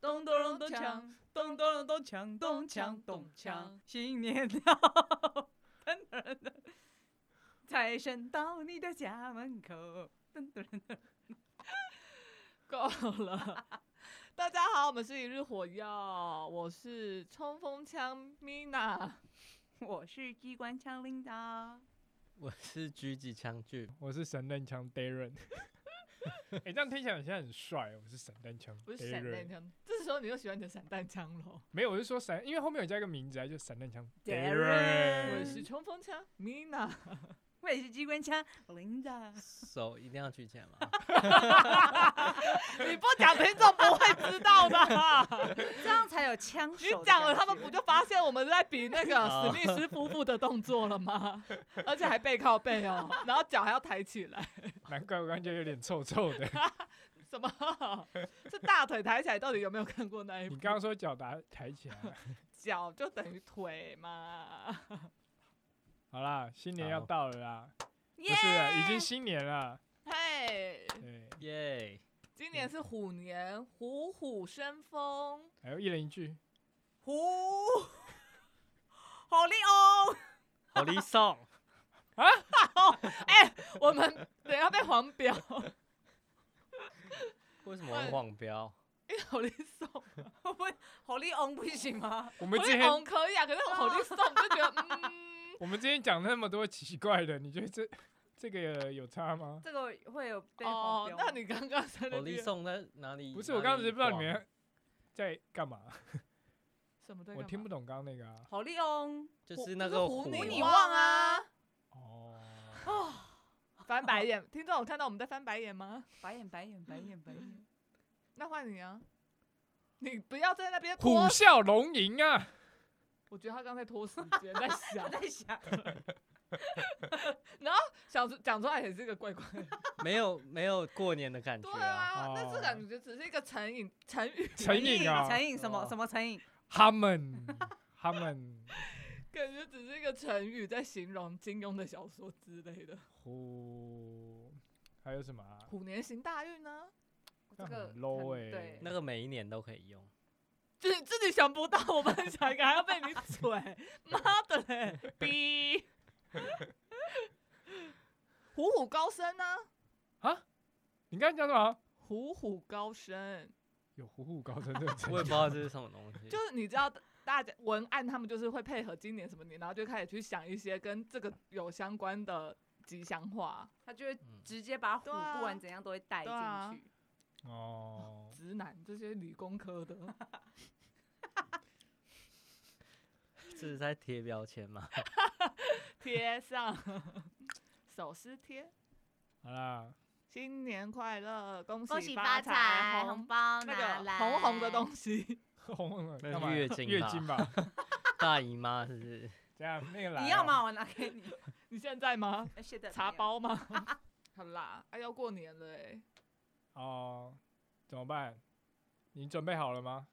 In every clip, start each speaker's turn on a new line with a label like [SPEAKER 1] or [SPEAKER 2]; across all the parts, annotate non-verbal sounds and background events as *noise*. [SPEAKER 1] 咚锵，
[SPEAKER 2] 咚咚咚锵，
[SPEAKER 1] 咚锵咚锵，
[SPEAKER 2] 新年到，噔噔噔，财神到你的家门口，噔噔噔。
[SPEAKER 1] 够了。大家好，我们是一日火药，我是冲锋枪 Mina。
[SPEAKER 2] 我是机关枪琳达，
[SPEAKER 3] 我是狙击枪具，
[SPEAKER 4] 我是神弹枪 Darren。哎、欸，这样听起来你现在很帅哦。我是散弹枪
[SPEAKER 1] 不是散弹
[SPEAKER 4] Darren，
[SPEAKER 1] 枪，这时候你就喜欢你的散弹枪喽。
[SPEAKER 4] 没有，我是说散，因为后面有加一个名字啊，就散弹枪
[SPEAKER 2] Darren
[SPEAKER 1] 我
[SPEAKER 4] Darren。
[SPEAKER 1] 也是冲锋枪
[SPEAKER 4] *laughs*
[SPEAKER 1] Mina，
[SPEAKER 2] 我也是机关枪琳达。
[SPEAKER 3] 手一定要举起来嘛。 *laughs*
[SPEAKER 1] 你不讲听众不会知道
[SPEAKER 4] *laughs*
[SPEAKER 1] 的，
[SPEAKER 2] 这样才有枪
[SPEAKER 1] 你
[SPEAKER 2] 手。 *laughs*
[SPEAKER 1] 讲了他们不就发现我们在比那
[SPEAKER 4] *laughs*
[SPEAKER 1] 个
[SPEAKER 3] 哦
[SPEAKER 4] 啊
[SPEAKER 1] 史密斯夫妇的动作了吗？而且还背靠背
[SPEAKER 4] *laughs*
[SPEAKER 1] 哦，然后脚还要抬起来，
[SPEAKER 4] 难怪我感觉有点臭
[SPEAKER 1] *laughs*
[SPEAKER 4] 臭的。
[SPEAKER 1] 什么？这大腿抬起来到底有没有看过那一
[SPEAKER 4] 你
[SPEAKER 1] 幕？
[SPEAKER 4] 刚刚说脚打啊抬起来，
[SPEAKER 1] 脚就等于腿嘛。
[SPEAKER 4] 好啦，新年要
[SPEAKER 3] 好
[SPEAKER 4] 到了啦，
[SPEAKER 2] 不
[SPEAKER 4] 不是啊，已经新年了。
[SPEAKER 1] 嘿，
[SPEAKER 4] 对，
[SPEAKER 3] 耶、
[SPEAKER 1] 今年是虎年，虎虎生风。
[SPEAKER 4] 还有一人一句，
[SPEAKER 2] 虎，好利哦！
[SPEAKER 3] 好利送，
[SPEAKER 1] *laughs* 哎、我们等一下被黄标， *laughs*
[SPEAKER 3] 为什么会黄标？
[SPEAKER 1] 因为好利送，
[SPEAKER 2] 不，好利翁不行吗？
[SPEAKER 1] 我
[SPEAKER 4] 我们之
[SPEAKER 1] 利
[SPEAKER 4] 前
[SPEAKER 1] 红可以啊，可是我好利送就觉得，
[SPEAKER 4] *laughs*
[SPEAKER 1] 嗯，
[SPEAKER 4] 我们之前讲那么多奇怪的，你觉得这这个有差吗？
[SPEAKER 2] 这个会有被黄
[SPEAKER 1] 哦
[SPEAKER 2] 标，吗。
[SPEAKER 1] 那你刚刚在
[SPEAKER 3] 好
[SPEAKER 1] 那
[SPEAKER 3] 利
[SPEAKER 1] 边
[SPEAKER 3] 送在哪里？
[SPEAKER 4] 不是，我刚刚只是不知道你
[SPEAKER 3] 哪里
[SPEAKER 4] 们在干嘛，
[SPEAKER 1] 什么在
[SPEAKER 4] 我
[SPEAKER 1] 干
[SPEAKER 4] 听
[SPEAKER 1] 嘛
[SPEAKER 4] 不懂刚刚那个啊。
[SPEAKER 2] 好利翁，
[SPEAKER 3] 逛，
[SPEAKER 1] 虎
[SPEAKER 3] 就是那
[SPEAKER 1] 就
[SPEAKER 3] 个
[SPEAKER 1] 是虎
[SPEAKER 3] 虎
[SPEAKER 1] 你
[SPEAKER 2] 你
[SPEAKER 3] 啊
[SPEAKER 2] 忘啊！
[SPEAKER 4] 哦，
[SPEAKER 1] 翻白眼，听众有看到我们在翻白眼吗？
[SPEAKER 2] 白眼白眼白眼白眼，
[SPEAKER 1] 那换你啊，你不要在那边拖
[SPEAKER 4] 虎，啸龙吟啊！
[SPEAKER 1] 我觉得他刚才拖时间在想 *laughs*
[SPEAKER 2] *laughs* 我，在想，
[SPEAKER 1] 想出讲出来也是一个怪怪的，
[SPEAKER 3] 没有没有过年的感觉
[SPEAKER 1] 对
[SPEAKER 3] 啊。
[SPEAKER 1] 啊，那这
[SPEAKER 4] 哦
[SPEAKER 1] 感觉只是一个成语 *laughs* 成语，
[SPEAKER 4] 成瘾啊
[SPEAKER 2] 成瘾什么
[SPEAKER 3] 哦
[SPEAKER 2] 什么成瘾？
[SPEAKER 4] 他们，他们
[SPEAKER 1] 感觉只是一个成语在形容金庸的小说之类的。
[SPEAKER 4] 虎还有什么、啊？
[SPEAKER 1] 虎年行大运呢、
[SPEAKER 2] 这
[SPEAKER 4] 那
[SPEAKER 2] 个
[SPEAKER 4] 很 low
[SPEAKER 2] 很
[SPEAKER 4] 欸
[SPEAKER 2] 对
[SPEAKER 3] 那个每一年都可以用，
[SPEAKER 1] 自己自己想不到，我们想一个还要被你嘴，妈的 *laughs* 嘞，逼！虎虎高升呢、
[SPEAKER 4] 你刚才讲什么？啊
[SPEAKER 1] 虎虎高升，
[SPEAKER 4] 有虎虎高升这个成
[SPEAKER 3] 我也不知道这是什么东西。
[SPEAKER 1] *laughs* 就是你知道大家文案他们就是会配合今年什么年，然后就开始去想一些跟这个有相关的吉祥话。
[SPEAKER 2] 他就会
[SPEAKER 3] 嗯
[SPEAKER 2] 直接把虎
[SPEAKER 1] 对啊
[SPEAKER 2] 不管怎样都会带进
[SPEAKER 1] 对啊
[SPEAKER 2] 去。
[SPEAKER 4] 语哦，
[SPEAKER 1] 直男这些理工科的，
[SPEAKER 3] 这是在贴标签嘛？
[SPEAKER 5] *laughs*
[SPEAKER 1] 贴上手撕贴，
[SPEAKER 4] 好啦，
[SPEAKER 1] 新年快乐，恭
[SPEAKER 5] 恭
[SPEAKER 1] 喜
[SPEAKER 5] 喜发财，
[SPEAKER 1] 红
[SPEAKER 5] 红包
[SPEAKER 1] 那
[SPEAKER 5] 拿
[SPEAKER 1] 个
[SPEAKER 5] 来，
[SPEAKER 1] 红红的东西。 *laughs*
[SPEAKER 4] 红红的
[SPEAKER 3] 那
[SPEAKER 4] 干
[SPEAKER 3] 是
[SPEAKER 4] 嘛？
[SPEAKER 3] 月经
[SPEAKER 4] 月
[SPEAKER 3] 吧
[SPEAKER 4] 经吧？
[SPEAKER 3] 大姨妈是不是？
[SPEAKER 4] 这样那个来、啊，
[SPEAKER 2] 你要？吗？我拿给你。
[SPEAKER 1] 你现在吗？
[SPEAKER 2] 哎现
[SPEAKER 1] *laughs*
[SPEAKER 2] 在
[SPEAKER 1] 茶
[SPEAKER 2] 没有
[SPEAKER 1] 包吗？好啦，哎、要过年了哎、
[SPEAKER 4] 哦，怎么办？你准备好了吗？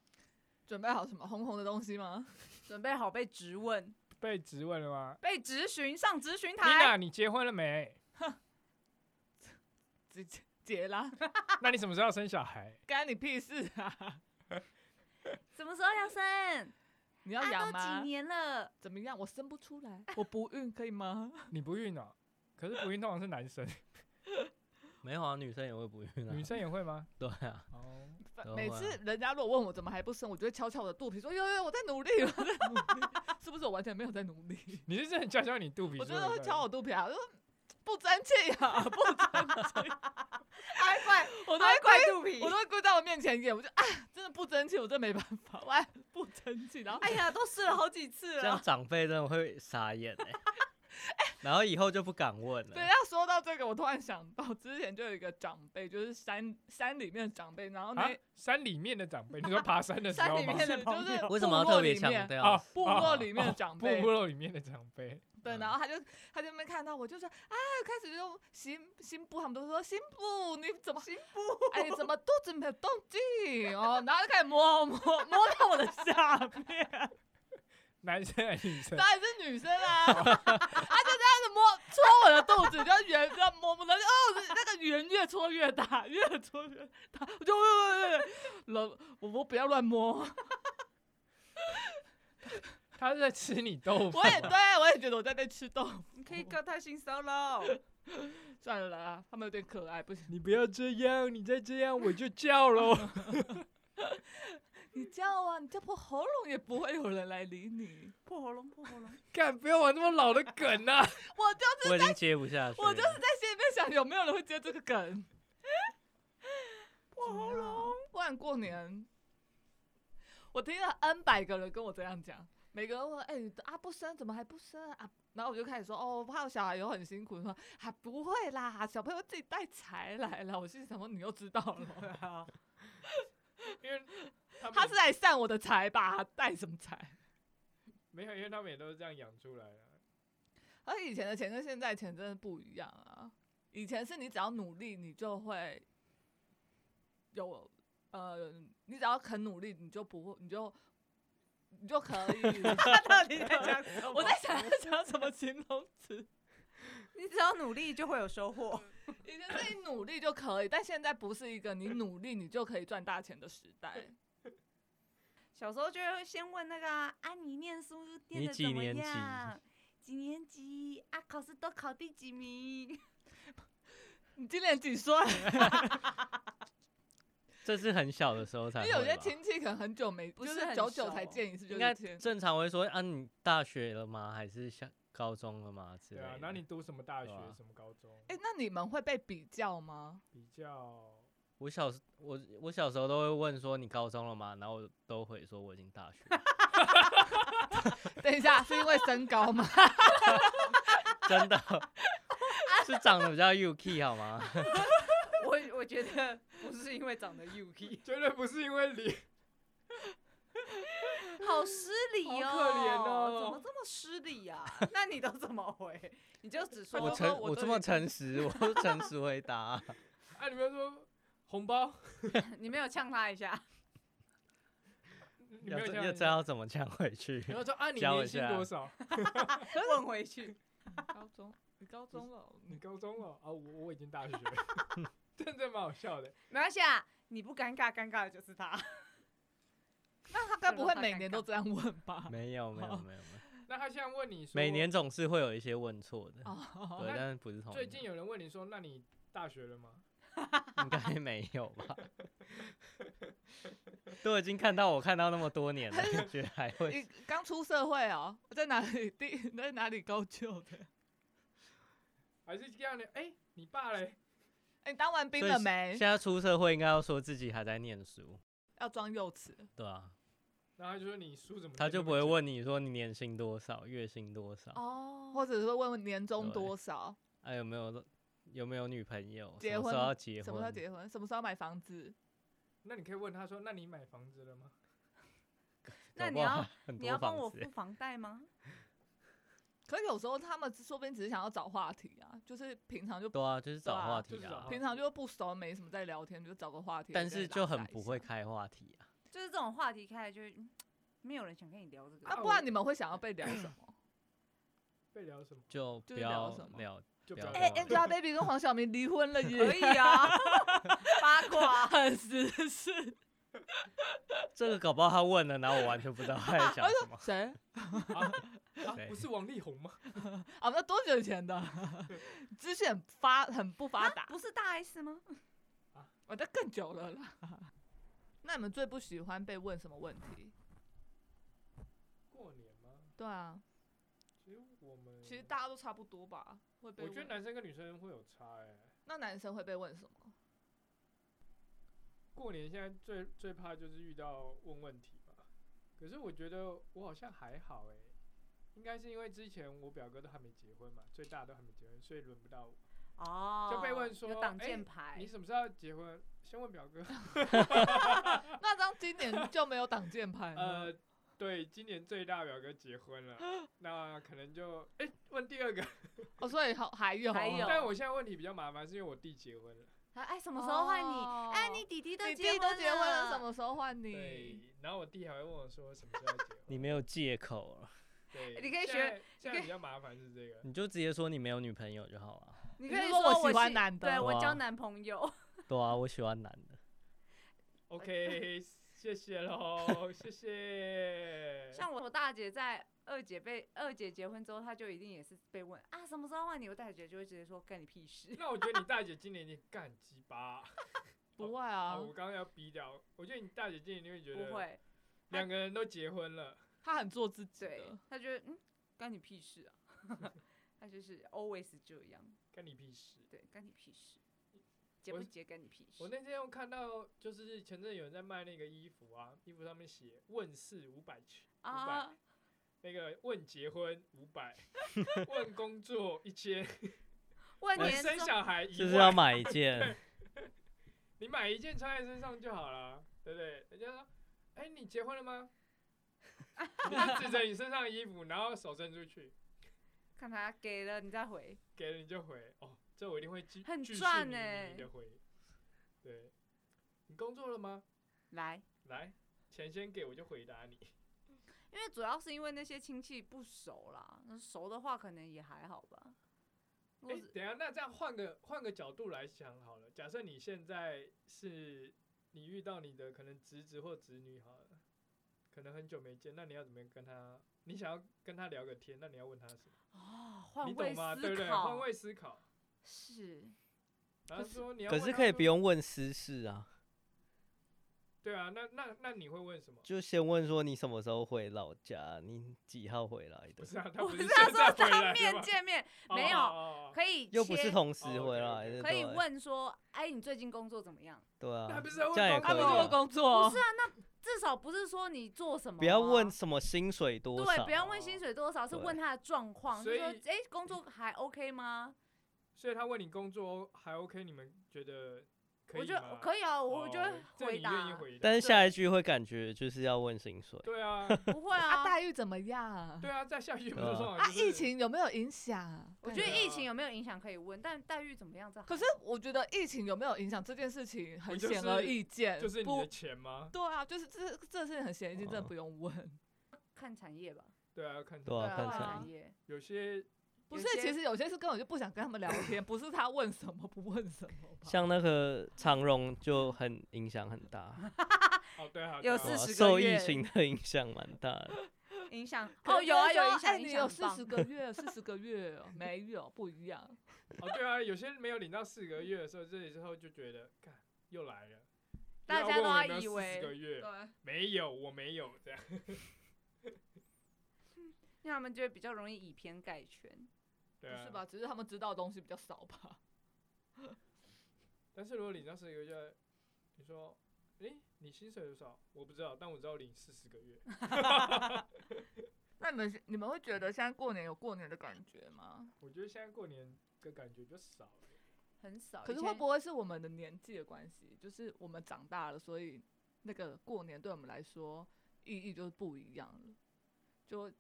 [SPEAKER 1] 准备好什么红红的东西吗？
[SPEAKER 2] 准备好被质问、
[SPEAKER 4] 被质问了吗？
[SPEAKER 2] 被质询上质询
[SPEAKER 4] 妮
[SPEAKER 2] 台。
[SPEAKER 4] 娜，你结婚了没？
[SPEAKER 1] 直接结啦， *laughs*
[SPEAKER 4] 那你什么时候要生小孩？
[SPEAKER 1] 干你屁事啊！
[SPEAKER 5] 什么时候要生？
[SPEAKER 1] 你要
[SPEAKER 5] 啊
[SPEAKER 1] 养
[SPEAKER 5] 都
[SPEAKER 1] 吗
[SPEAKER 5] 几？年了，
[SPEAKER 1] 怎么样？我生不出来，我不孕可
[SPEAKER 5] *laughs*
[SPEAKER 1] 以吗？
[SPEAKER 4] 你不孕哦？可是不孕通常是男生，
[SPEAKER 3] 没有啊，女生也会不孕啊。
[SPEAKER 4] 女生也会吗？
[SPEAKER 3] 对啊，
[SPEAKER 4] 哦，
[SPEAKER 1] 反
[SPEAKER 3] 都
[SPEAKER 1] 每
[SPEAKER 3] 会啊
[SPEAKER 1] 次人家如果问我怎么还不生，我就会敲敲我的肚皮说：“哟哟，我在努力， *laughs* 我在努力。”是不是我完全没有在努力？
[SPEAKER 4] 你是真的敲敲你肚皮
[SPEAKER 1] 我
[SPEAKER 4] 说
[SPEAKER 1] 真
[SPEAKER 4] 的？
[SPEAKER 1] 的会敲我肚皮啊，我说不争气啊，不争气，
[SPEAKER 2] 还怪
[SPEAKER 1] 我都会
[SPEAKER 2] 还怪肚皮
[SPEAKER 1] 我。都会跪在我面前演，我就啊，真的不争气，我真的没办法，我还不争气，然后
[SPEAKER 2] 哎呀，都试了好几次
[SPEAKER 3] 这
[SPEAKER 2] 了
[SPEAKER 3] 样。长辈真的会傻眼哎、 *laughs* 然后以后就不敢问了
[SPEAKER 1] 对，。啊要说到这个，我突然想到之前就有一个长辈，就是山山里面的长辈，然后
[SPEAKER 4] 啊
[SPEAKER 1] 那、！
[SPEAKER 4] 山里面的长辈，你说爬山的时
[SPEAKER 2] 山
[SPEAKER 4] 候
[SPEAKER 2] 里
[SPEAKER 4] 吗
[SPEAKER 2] 面？的
[SPEAKER 1] 是
[SPEAKER 2] 朋
[SPEAKER 1] 就是
[SPEAKER 2] 友
[SPEAKER 3] 为什么要
[SPEAKER 1] 部落
[SPEAKER 3] 特别
[SPEAKER 1] 里
[SPEAKER 3] 强
[SPEAKER 1] 面
[SPEAKER 3] 调？
[SPEAKER 4] 哦
[SPEAKER 1] 部落里面的长
[SPEAKER 4] 部
[SPEAKER 1] 辈，
[SPEAKER 4] 落里面的长辈，
[SPEAKER 1] 对，然后他就他就没看到我，就说啊，开始就新新布，他们都说新布你怎么新布？哎，怎么肚子没有动静哦？然后就开始摸摸摸到我的下面，
[SPEAKER 4] 男生还是女
[SPEAKER 1] *laughs*
[SPEAKER 4] 生？
[SPEAKER 1] 当然是女生啊， *laughs* 她就这样子摸戳我的肚子，就圆这样摸摸的，哦，那个圆越戳越大，越戳越大，我就喂喂喂，老我我不要乱摸，
[SPEAKER 4] 他是在吃你豆腐
[SPEAKER 1] 我。也对我也觉得我在被吃豆，
[SPEAKER 2] *laughs* 你可以告他性
[SPEAKER 1] *laughs*
[SPEAKER 2] 骚扰。
[SPEAKER 1] 算了啦，他们有点可爱，不行，
[SPEAKER 4] 你不要这样，你再这样我就叫喽。
[SPEAKER 1] 你叫啊，你叫破喉咙也不会有人来理你，
[SPEAKER 2] 破喉咙，破喉咙。
[SPEAKER 4] 干，不要玩那么老的梗啊！
[SPEAKER 1] 我就是
[SPEAKER 3] 我已经接不下去了。
[SPEAKER 1] 我就是在心里面想有没有人会接这个 *laughs* 梗，啊
[SPEAKER 2] 破喉咙。
[SPEAKER 1] 不然过年，我听了 N 百个人跟我这样讲，每个人问：“哎、啊不生怎么还不生啊？”然后我就开始说：“哦，怕我小孩以后很辛苦。”说：“啊不会啦，小朋友自己带财来了。”我心里想说：“你又知道了， *laughs*
[SPEAKER 4] 因为他
[SPEAKER 1] 他是来散我的财吧？带什么财？
[SPEAKER 4] 没有，因为他们也都是这样养出来的。
[SPEAKER 1] 而以前的钱跟现在钱真的不一样啊！以前是你只要努力，你就会有呃，你只要肯努力，你就不会，你就你就可以。
[SPEAKER 2] *laughs* 他到底在讲
[SPEAKER 1] *laughs*
[SPEAKER 2] 什么？
[SPEAKER 1] 我在想要讲什么形容词？
[SPEAKER 2] 你只要努力就会有收获。
[SPEAKER 1] 以前是你努力就可以，但现在不是一个你努力你就可以赚大钱的时代。
[SPEAKER 2] 小时候就会先问那个啊，啊你念书念
[SPEAKER 3] 你
[SPEAKER 2] 的
[SPEAKER 3] 几
[SPEAKER 2] 怎么
[SPEAKER 3] 年级
[SPEAKER 2] 样？几年级啊？考试都考第几名？ *laughs*
[SPEAKER 1] 你今年几 *laughs* 岁？
[SPEAKER 3] 这是很小的时候才
[SPEAKER 1] 因
[SPEAKER 3] 会
[SPEAKER 1] 为
[SPEAKER 3] 吧。
[SPEAKER 1] 有些亲戚可能很久没，
[SPEAKER 2] 不
[SPEAKER 1] 就是
[SPEAKER 2] 很
[SPEAKER 1] 久久
[SPEAKER 2] 熟
[SPEAKER 1] 才见一次，就是
[SPEAKER 3] 应该
[SPEAKER 1] 亲。
[SPEAKER 3] 正常我会说啊，你大学了吗？还是像高中了吗？之类
[SPEAKER 4] 对啊
[SPEAKER 3] 的。，
[SPEAKER 4] 然后你读什么大学
[SPEAKER 3] 对啊、
[SPEAKER 4] 什么高中？
[SPEAKER 1] 哎、那你们会被比较吗？
[SPEAKER 4] 比较
[SPEAKER 3] 我小时我我小时候都会问说你高中了吗？然后我都会说我已经大学了，
[SPEAKER 1] 等一下，是因为身高吗？*laughs*
[SPEAKER 3] 真的是长得比较 UK 好吗？
[SPEAKER 2] 我我觉得不是因为长得 UK，
[SPEAKER 4] 绝对不是因为你，
[SPEAKER 2] 哦
[SPEAKER 5] 好失礼哦，
[SPEAKER 4] 好可怜哦
[SPEAKER 5] 怎么这么失礼
[SPEAKER 2] *laughs*
[SPEAKER 5] 呀、啊？
[SPEAKER 2] 那你都怎么回？你就只说
[SPEAKER 3] 我
[SPEAKER 2] 说
[SPEAKER 3] 诚我这么诚实，我都诚实回
[SPEAKER 1] *laughs*
[SPEAKER 3] 答啊、
[SPEAKER 4] 啊，你们说红包，
[SPEAKER 2] 你没有呛他一下，
[SPEAKER 4] 你
[SPEAKER 3] 要
[SPEAKER 4] 没有
[SPEAKER 3] 这
[SPEAKER 4] 这
[SPEAKER 3] 要
[SPEAKER 4] 样
[SPEAKER 3] 知道怎么呛回去。
[SPEAKER 4] 然后说啊，你
[SPEAKER 3] 教我一
[SPEAKER 4] 年薪
[SPEAKER 3] 下
[SPEAKER 4] 多少？
[SPEAKER 2] 问回去。
[SPEAKER 1] *laughs* 高中，你高中了，
[SPEAKER 4] 你高中了啊？我我已经大学了，
[SPEAKER 3] *laughs*
[SPEAKER 4] 真的蛮好笑的。
[SPEAKER 2] 没关系啊，你不尴尬，尴尬的就是他。
[SPEAKER 1] 那
[SPEAKER 2] *laughs*
[SPEAKER 1] 他该不会每年都这样问吧？
[SPEAKER 3] 没有没
[SPEAKER 1] *laughs*
[SPEAKER 3] 有
[SPEAKER 1] 好
[SPEAKER 3] 没有没有，
[SPEAKER 4] 那他现在问你说，
[SPEAKER 3] 每年总是会有一些问错的，
[SPEAKER 1] 哦，
[SPEAKER 3] 对，
[SPEAKER 4] 那
[SPEAKER 3] 但是不是同一
[SPEAKER 4] 最
[SPEAKER 3] 年
[SPEAKER 4] 近有人问你说，那你大学了吗？
[SPEAKER 3] *laughs* 应该没有吧？ *laughs* 都已经看到我看到那么多
[SPEAKER 1] *laughs*
[SPEAKER 3] 年了，你觉得还会
[SPEAKER 1] 你刚出社会哦，在哪里第在哪里高就的？
[SPEAKER 4] 还是这样的？哎、你爸嘞？
[SPEAKER 1] *laughs* 哎、你当完兵
[SPEAKER 3] 所以
[SPEAKER 1] 了没
[SPEAKER 3] 现？在出社会应该要说自己还在念书，
[SPEAKER 1] 要装幼稚。
[SPEAKER 3] 对啊，
[SPEAKER 4] 然后他就嗯说你书怎么？
[SPEAKER 3] 他就不会。问你说你年薪多少、月薪多少，
[SPEAKER 1] 哦，或者是会问问年终
[SPEAKER 3] 对
[SPEAKER 1] 多少，
[SPEAKER 3] 还、有没有有没有女朋友，
[SPEAKER 1] 结
[SPEAKER 3] 什么
[SPEAKER 1] 婚
[SPEAKER 3] 时候要结
[SPEAKER 1] 什么时候结婚，什么时候买房子，
[SPEAKER 4] 那你可以问他说，那你买房子了吗？
[SPEAKER 2] 那你
[SPEAKER 3] 搞不好
[SPEAKER 2] 要
[SPEAKER 3] 很
[SPEAKER 2] 你
[SPEAKER 3] 多
[SPEAKER 2] 要帮
[SPEAKER 3] 房
[SPEAKER 2] 我
[SPEAKER 3] 子
[SPEAKER 2] 付房贷吗？
[SPEAKER 1] 可有时候他们说不定只是想要找话题啊，就是平常就
[SPEAKER 3] 对啊，就是找
[SPEAKER 1] 对啊
[SPEAKER 3] 话
[SPEAKER 4] 就
[SPEAKER 3] 题
[SPEAKER 4] 是找
[SPEAKER 3] 啊
[SPEAKER 4] 话，
[SPEAKER 1] 平常就不熟，没什么在聊天，就找个话题。
[SPEAKER 3] 但是就很不会
[SPEAKER 1] 开。
[SPEAKER 3] 开话题啊。
[SPEAKER 2] 就是这种话题开来就会，嗯没有人想跟你聊这个。
[SPEAKER 1] 那啊不然你们会想要被聊什么？
[SPEAKER 4] 被聊什么？
[SPEAKER 1] 就
[SPEAKER 3] 就不
[SPEAKER 1] 是聊
[SPEAKER 3] 要
[SPEAKER 1] 什么
[SPEAKER 3] 聊，
[SPEAKER 4] 就
[SPEAKER 3] 不
[SPEAKER 4] 不要
[SPEAKER 3] 要
[SPEAKER 1] 哎
[SPEAKER 4] 聊
[SPEAKER 3] 聊
[SPEAKER 4] 了。
[SPEAKER 1] ，Angelababy 跟黄晓明离婚了
[SPEAKER 2] *laughs* 可
[SPEAKER 1] 耶，
[SPEAKER 2] 以啊，八卦。
[SPEAKER 1] 啊很时事。
[SPEAKER 3] 这个搞不好他问了，然后我完全不知道他在讲什
[SPEAKER 1] *laughs*
[SPEAKER 3] 么。
[SPEAKER 1] 谁？
[SPEAKER 4] 啊啊
[SPEAKER 3] 对
[SPEAKER 4] 不是王力宏吗？
[SPEAKER 1] 啊，那多久以前的？ *laughs* 资讯很发很不
[SPEAKER 4] 啊
[SPEAKER 1] 发达，
[SPEAKER 2] 不是大 S 吗？
[SPEAKER 1] 我这更久了啦。那你们最不喜欢被问什么问题？
[SPEAKER 4] 过年吗？
[SPEAKER 1] 对啊，
[SPEAKER 4] 其实我们
[SPEAKER 1] 其实大家都差不多吧，会被
[SPEAKER 4] 我觉得
[SPEAKER 1] 问。
[SPEAKER 4] 男生跟女生会有差哎、
[SPEAKER 1] 那男生会被问什么？
[SPEAKER 4] 过年现在最最怕就是遇到问问题嘛。可是我觉得我好像还好哎、应该是因为之前我表哥都还没结婚嘛，最大都还没结婚，所以轮不到我。
[SPEAKER 2] 哦
[SPEAKER 4] 就被问说
[SPEAKER 2] 有挡
[SPEAKER 4] 哎
[SPEAKER 2] 箭牌
[SPEAKER 4] 你，什么时候要结婚？先
[SPEAKER 2] *laughs*
[SPEAKER 4] 问表哥。
[SPEAKER 1] 那张今年就没有挡箭牌了。
[SPEAKER 4] 啊呃，对，今年最大表哥结
[SPEAKER 2] *laughs*
[SPEAKER 4] 婚了，那可能就哎、问第二个。
[SPEAKER 1] 哦，所以好还有
[SPEAKER 2] 还
[SPEAKER 1] 啊
[SPEAKER 2] 有
[SPEAKER 4] 但我现在问题比较麻烦，是因为我弟结婚了。
[SPEAKER 5] 他哎什么时候换你？哎
[SPEAKER 1] 哦
[SPEAKER 5] 你弟弟都
[SPEAKER 1] 你
[SPEAKER 5] 结婚
[SPEAKER 1] 弟都结婚了，
[SPEAKER 5] 了，
[SPEAKER 1] 什么时候换
[SPEAKER 4] 对
[SPEAKER 1] 你？，
[SPEAKER 4] 然后我弟还会问我说什么时候结婚。
[SPEAKER 3] 你没有借口了，
[SPEAKER 4] 对，
[SPEAKER 2] 你可以
[SPEAKER 4] 现
[SPEAKER 2] 学
[SPEAKER 4] 在，现
[SPEAKER 2] 可
[SPEAKER 4] 在
[SPEAKER 2] 以
[SPEAKER 4] 比较麻烦是这个。
[SPEAKER 3] 你就直接说你没有女朋友就好了。
[SPEAKER 2] 你
[SPEAKER 1] 你
[SPEAKER 2] 可
[SPEAKER 1] 就
[SPEAKER 2] 以
[SPEAKER 1] 说
[SPEAKER 2] 说
[SPEAKER 1] 我喜欢
[SPEAKER 2] 是
[SPEAKER 1] 男的
[SPEAKER 2] 对我交
[SPEAKER 3] 哇
[SPEAKER 2] 男朋友，
[SPEAKER 3] 对啊，我喜欢男
[SPEAKER 4] *laughs*
[SPEAKER 3] 的。
[SPEAKER 4] OK，谢
[SPEAKER 2] *laughs*
[SPEAKER 4] 谢喽，谢谢。
[SPEAKER 2] 像我大姐在二姐被二姐结婚之后，她就一定也是被问啊什么时候换你，我大姐就会直接说干你屁事。
[SPEAKER 4] 那我觉得你大姐今年你干鸡
[SPEAKER 2] 啊
[SPEAKER 4] 巴。
[SPEAKER 1] 不会啊
[SPEAKER 4] 哦，我刚刚要逼掉。我觉得你大姐今年你会觉
[SPEAKER 2] 不
[SPEAKER 4] 得
[SPEAKER 2] 会，
[SPEAKER 4] 两个人都结婚了，
[SPEAKER 1] 他很做自己
[SPEAKER 2] 对
[SPEAKER 1] 的，，
[SPEAKER 2] 她觉得嗯干你屁事啊， *laughs* 她就是 always 这样，
[SPEAKER 4] 干你屁事。
[SPEAKER 2] 对，干你屁事，结
[SPEAKER 4] 我
[SPEAKER 2] 不
[SPEAKER 4] 是
[SPEAKER 2] 结干你屁事。
[SPEAKER 4] 我那天又看到，就是前阵有人在卖那个衣服啊，衣服上面写“问世五百起”，
[SPEAKER 2] 啊，
[SPEAKER 4] 那个问结婚五
[SPEAKER 2] *laughs*
[SPEAKER 4] 百，问工作一千，
[SPEAKER 2] 问
[SPEAKER 4] 问
[SPEAKER 2] 年
[SPEAKER 4] 生
[SPEAKER 2] 终
[SPEAKER 4] 小孩一
[SPEAKER 3] 就是要
[SPEAKER 4] 万。
[SPEAKER 3] 买一件，
[SPEAKER 4] 你买一件穿在身上就好了，对不对？人家说，哎、你结婚了吗？ *laughs* 你就指着你身上的衣服，然后手伸出去，
[SPEAKER 2] 看她给了你再回，
[SPEAKER 4] 给了你就回。哦，这我一定会继
[SPEAKER 2] 很
[SPEAKER 4] 继续
[SPEAKER 2] 赚
[SPEAKER 4] 你
[SPEAKER 2] 欸
[SPEAKER 4] 的回。对，你工作了吗？
[SPEAKER 2] 来，
[SPEAKER 4] 来，钱先给我就回答你。
[SPEAKER 2] 因为主要是因为那些亲戚不熟啦，那熟的话可能也还好吧。如
[SPEAKER 4] 哎、
[SPEAKER 2] 果是
[SPEAKER 4] 等一下，那这样换个换个角度来想好了。假设你现在是你遇到你的可能侄子或侄女好了，可能很久没见，那你要怎么样跟他？你想要跟他聊个天，那你要问他什么？
[SPEAKER 2] 哦，换
[SPEAKER 4] 你
[SPEAKER 2] 位
[SPEAKER 4] 懂吗？对
[SPEAKER 2] 思
[SPEAKER 4] 不对？换
[SPEAKER 2] 考
[SPEAKER 4] 位思考。
[SPEAKER 2] 是
[SPEAKER 4] 然后
[SPEAKER 2] 可是
[SPEAKER 4] 说你要
[SPEAKER 3] 可
[SPEAKER 4] 问
[SPEAKER 3] 是
[SPEAKER 4] 他
[SPEAKER 3] 可以
[SPEAKER 4] 说
[SPEAKER 3] 不。用问私事啊，
[SPEAKER 4] 对啊，那那那你会问
[SPEAKER 3] *laughs*
[SPEAKER 4] 什么？
[SPEAKER 3] 就先问说你什么时候回老家，你几号回来
[SPEAKER 4] 不
[SPEAKER 3] 的，
[SPEAKER 4] 是啊，他
[SPEAKER 2] 我
[SPEAKER 4] 不
[SPEAKER 2] 是
[SPEAKER 4] 是
[SPEAKER 2] 要
[SPEAKER 4] 现在
[SPEAKER 2] 说
[SPEAKER 4] 回来
[SPEAKER 2] 当
[SPEAKER 4] 的
[SPEAKER 2] 面
[SPEAKER 4] 吗
[SPEAKER 2] 见面，
[SPEAKER 4] 哦
[SPEAKER 2] 没有
[SPEAKER 4] 哦哦哦
[SPEAKER 2] 可以
[SPEAKER 3] 又不
[SPEAKER 2] 切
[SPEAKER 3] 是同时
[SPEAKER 4] 哦，OK，
[SPEAKER 3] 回来
[SPEAKER 4] OK
[SPEAKER 3] 的，
[SPEAKER 2] 可以
[SPEAKER 3] 对
[SPEAKER 2] 问说，哎，你最近工作怎么样？
[SPEAKER 3] 对
[SPEAKER 4] 那
[SPEAKER 3] 啊
[SPEAKER 4] 不，是要
[SPEAKER 3] 这样也
[SPEAKER 4] 问
[SPEAKER 1] 他
[SPEAKER 3] 可
[SPEAKER 1] 不
[SPEAKER 3] 以
[SPEAKER 1] 是
[SPEAKER 4] 工作
[SPEAKER 1] 问
[SPEAKER 3] 啊
[SPEAKER 1] 工作，哦
[SPEAKER 4] 吗
[SPEAKER 2] 不是啊，至少不是说你做什么啊，
[SPEAKER 3] 不要问什么薪水多少，
[SPEAKER 2] 对，不要问薪水多少，是
[SPEAKER 3] 对
[SPEAKER 2] 问他的状况，就
[SPEAKER 4] 所以
[SPEAKER 2] 说，哎，工作还 OK 吗？
[SPEAKER 4] 所以他问你工作还 OK，你们觉得可以
[SPEAKER 2] 我觉
[SPEAKER 4] 吗？
[SPEAKER 2] 得可以啊，我就会
[SPEAKER 4] 哦这
[SPEAKER 2] 回
[SPEAKER 4] 你愿意
[SPEAKER 2] 答，
[SPEAKER 4] 回
[SPEAKER 3] *laughs*
[SPEAKER 4] 答
[SPEAKER 3] 但是下一句会感觉就是要问薪水，
[SPEAKER 4] 对啊，
[SPEAKER 2] 不会
[SPEAKER 1] 啊，
[SPEAKER 2] 啊。
[SPEAKER 1] 待遇怎么样？
[SPEAKER 4] 对啊，在下
[SPEAKER 3] *laughs*
[SPEAKER 4] 雨不是
[SPEAKER 3] 对啊
[SPEAKER 4] 说
[SPEAKER 1] 啊，疫，情有没有影响？
[SPEAKER 2] 我觉
[SPEAKER 1] 对
[SPEAKER 2] 得
[SPEAKER 1] 啊
[SPEAKER 2] 疫情有没有影响可以问，但待遇怎么样这还
[SPEAKER 1] 可是我觉得疫情有没有影响这件事情很
[SPEAKER 4] 就是
[SPEAKER 1] 显而易见，
[SPEAKER 4] 就是你
[SPEAKER 1] 不
[SPEAKER 4] 的钱吗？
[SPEAKER 1] 对啊，就是这这事情很显而易见，真的不用问。
[SPEAKER 2] 看产业吧，
[SPEAKER 4] 对啊，要看
[SPEAKER 3] 对啊，
[SPEAKER 1] 对啊
[SPEAKER 3] 看
[SPEAKER 2] 看
[SPEAKER 3] 起来
[SPEAKER 1] 啊
[SPEAKER 2] 产业。
[SPEAKER 4] 有些
[SPEAKER 1] 不
[SPEAKER 2] 有
[SPEAKER 1] 是
[SPEAKER 2] 些，
[SPEAKER 1] 其实有些是根本就不想跟他们聊
[SPEAKER 2] *laughs*
[SPEAKER 1] 天，不是他问什么不问什么吧。
[SPEAKER 3] 像那个长荣就很影响很
[SPEAKER 2] *laughs*
[SPEAKER 3] 大，
[SPEAKER 4] 哦，对啊，
[SPEAKER 2] 有
[SPEAKER 4] 对
[SPEAKER 3] 对
[SPEAKER 4] 啊
[SPEAKER 3] 啊
[SPEAKER 2] 40个
[SPEAKER 3] 受
[SPEAKER 2] 月
[SPEAKER 3] 疫情的影响蛮大的。
[SPEAKER 2] *laughs* 影响
[SPEAKER 1] 可
[SPEAKER 2] 哦，
[SPEAKER 1] 能
[SPEAKER 2] 有啊
[SPEAKER 1] 就说
[SPEAKER 2] 有影
[SPEAKER 1] 哎
[SPEAKER 2] 响，
[SPEAKER 1] 你
[SPEAKER 2] 影
[SPEAKER 1] 有
[SPEAKER 2] 响
[SPEAKER 1] 四
[SPEAKER 2] 很
[SPEAKER 1] 十
[SPEAKER 2] 棒
[SPEAKER 1] 个
[SPEAKER 2] *laughs*
[SPEAKER 1] 月，四十个月哦没有不一样。
[SPEAKER 4] 哦，对啊，有些没有领到四个月的时候，这里之后就觉得，干又来了，
[SPEAKER 2] 大家都要以
[SPEAKER 4] 四
[SPEAKER 2] 为
[SPEAKER 4] 个月
[SPEAKER 2] 对，
[SPEAKER 4] 没有，我没有这样。
[SPEAKER 2] 因为他们就会比较容易以偏概全。
[SPEAKER 1] 不
[SPEAKER 4] 对啊，
[SPEAKER 1] 是吧？？只是他们知道的东西比较少吧。
[SPEAKER 4] 但是如果领到四个月，你说，诶，你薪水多少？我不知道，但我知道领四十个
[SPEAKER 1] *laughs*
[SPEAKER 4] 月。
[SPEAKER 1] 那你们你们会觉得现在过年有过年的感觉吗？
[SPEAKER 4] 我觉得现在过年的感觉就少
[SPEAKER 1] *laughs*
[SPEAKER 4] 了。
[SPEAKER 2] 很少，
[SPEAKER 1] 可是
[SPEAKER 2] 以前
[SPEAKER 1] 会不会是我们的年纪的关系？就是我们长大了，所以那个过年对我们来说意义就是不一样了，就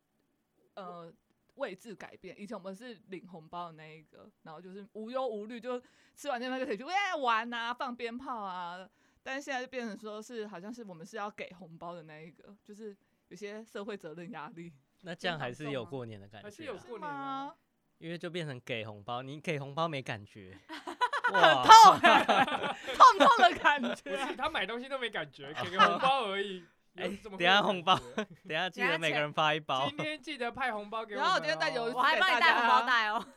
[SPEAKER 1] 呃位置改变。以前我们是领红包的那一个，然后就是无忧无虑，就吃完年饭就可以去喂玩啊、放鞭炮啊。但是现在就变成说是好像是我们是要给红包的那一个，就是有些社会责任压力，
[SPEAKER 3] 那这样
[SPEAKER 2] 常
[SPEAKER 3] 还是
[SPEAKER 2] 送
[SPEAKER 3] 有
[SPEAKER 2] 吗
[SPEAKER 3] 过年的感
[SPEAKER 4] 还是
[SPEAKER 3] 觉
[SPEAKER 4] 有
[SPEAKER 3] 啦，
[SPEAKER 4] 过年啊
[SPEAKER 1] 吗？
[SPEAKER 3] 因为就变成给红包，你给红包没感觉，哇，
[SPEAKER 4] *laughs*
[SPEAKER 1] 痛痛的感
[SPEAKER 4] 不
[SPEAKER 1] 觉。
[SPEAKER 4] 是他买东西都没感觉，
[SPEAKER 1] 哦
[SPEAKER 4] 给个红包而已。
[SPEAKER 3] 哎
[SPEAKER 4] 有怎
[SPEAKER 3] 等
[SPEAKER 4] 么会
[SPEAKER 3] 一下
[SPEAKER 4] 有
[SPEAKER 3] 红
[SPEAKER 4] 感
[SPEAKER 3] 包
[SPEAKER 4] 觉
[SPEAKER 3] 等一下记
[SPEAKER 2] 等
[SPEAKER 3] 得
[SPEAKER 2] 下
[SPEAKER 3] 每个
[SPEAKER 2] 钱
[SPEAKER 3] 人发一包
[SPEAKER 4] 今，天记得派红包给我
[SPEAKER 1] 然
[SPEAKER 4] 们哦。
[SPEAKER 1] 后我今天带鱿鱼
[SPEAKER 2] 我还帮你带红包
[SPEAKER 1] 啊 *laughs*
[SPEAKER 2] 袋哦，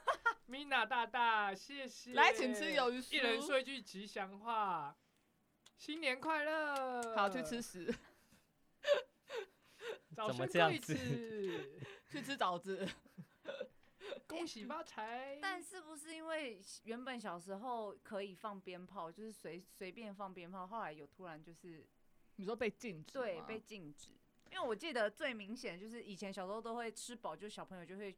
[SPEAKER 4] Mina 大大，谢谢。
[SPEAKER 1] 来，请吃鱿鱼酥，
[SPEAKER 4] 一人说一句吉祥话，新年快乐。
[SPEAKER 1] 好去吃，屎，
[SPEAKER 4] 早
[SPEAKER 3] 怎
[SPEAKER 4] 生
[SPEAKER 3] 么这样
[SPEAKER 4] 贵
[SPEAKER 3] 子
[SPEAKER 4] 子，
[SPEAKER 1] 去吃枣子。
[SPEAKER 4] 恭喜发财。
[SPEAKER 2] 但是不是因为原本小时候可以放鞭炮，就是随随便放鞭炮，后来有突然就是
[SPEAKER 1] 你说被禁止吗？
[SPEAKER 2] 对被禁止，因为我记得最明显就是以前小时候都会吃饱，就是小朋友就会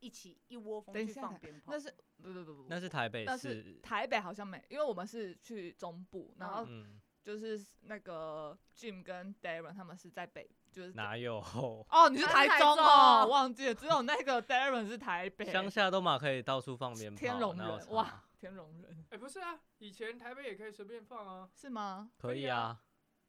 [SPEAKER 2] 一起一窝蜂
[SPEAKER 1] 等一
[SPEAKER 2] 去
[SPEAKER 1] 下
[SPEAKER 2] 放鞭炮
[SPEAKER 1] 那，是不不不不，
[SPEAKER 3] *laughs* 那是台北
[SPEAKER 1] 那是
[SPEAKER 3] 市，
[SPEAKER 1] 台北好像没，因为我们是去中部，然后
[SPEAKER 3] 嗯，
[SPEAKER 1] 就是那个 Jim 跟 Darren 他们是在北，就是
[SPEAKER 3] 哪有？
[SPEAKER 1] 哦，你是
[SPEAKER 5] 他是
[SPEAKER 1] 台
[SPEAKER 5] 台
[SPEAKER 1] 中
[SPEAKER 5] 中
[SPEAKER 1] 哦，忘记了，只有那个 Darren 是台北，
[SPEAKER 3] *laughs* 乡下都嘛可以到处放鞭炮，
[SPEAKER 1] 天龙
[SPEAKER 3] 哪有
[SPEAKER 1] 人
[SPEAKER 3] 差
[SPEAKER 1] 哇，，天龙人
[SPEAKER 4] 哎，不是啊，以前台北也可以随便放啊。
[SPEAKER 1] 是吗？
[SPEAKER 3] 可
[SPEAKER 4] 以
[SPEAKER 3] 以
[SPEAKER 4] 啊
[SPEAKER 3] 啊。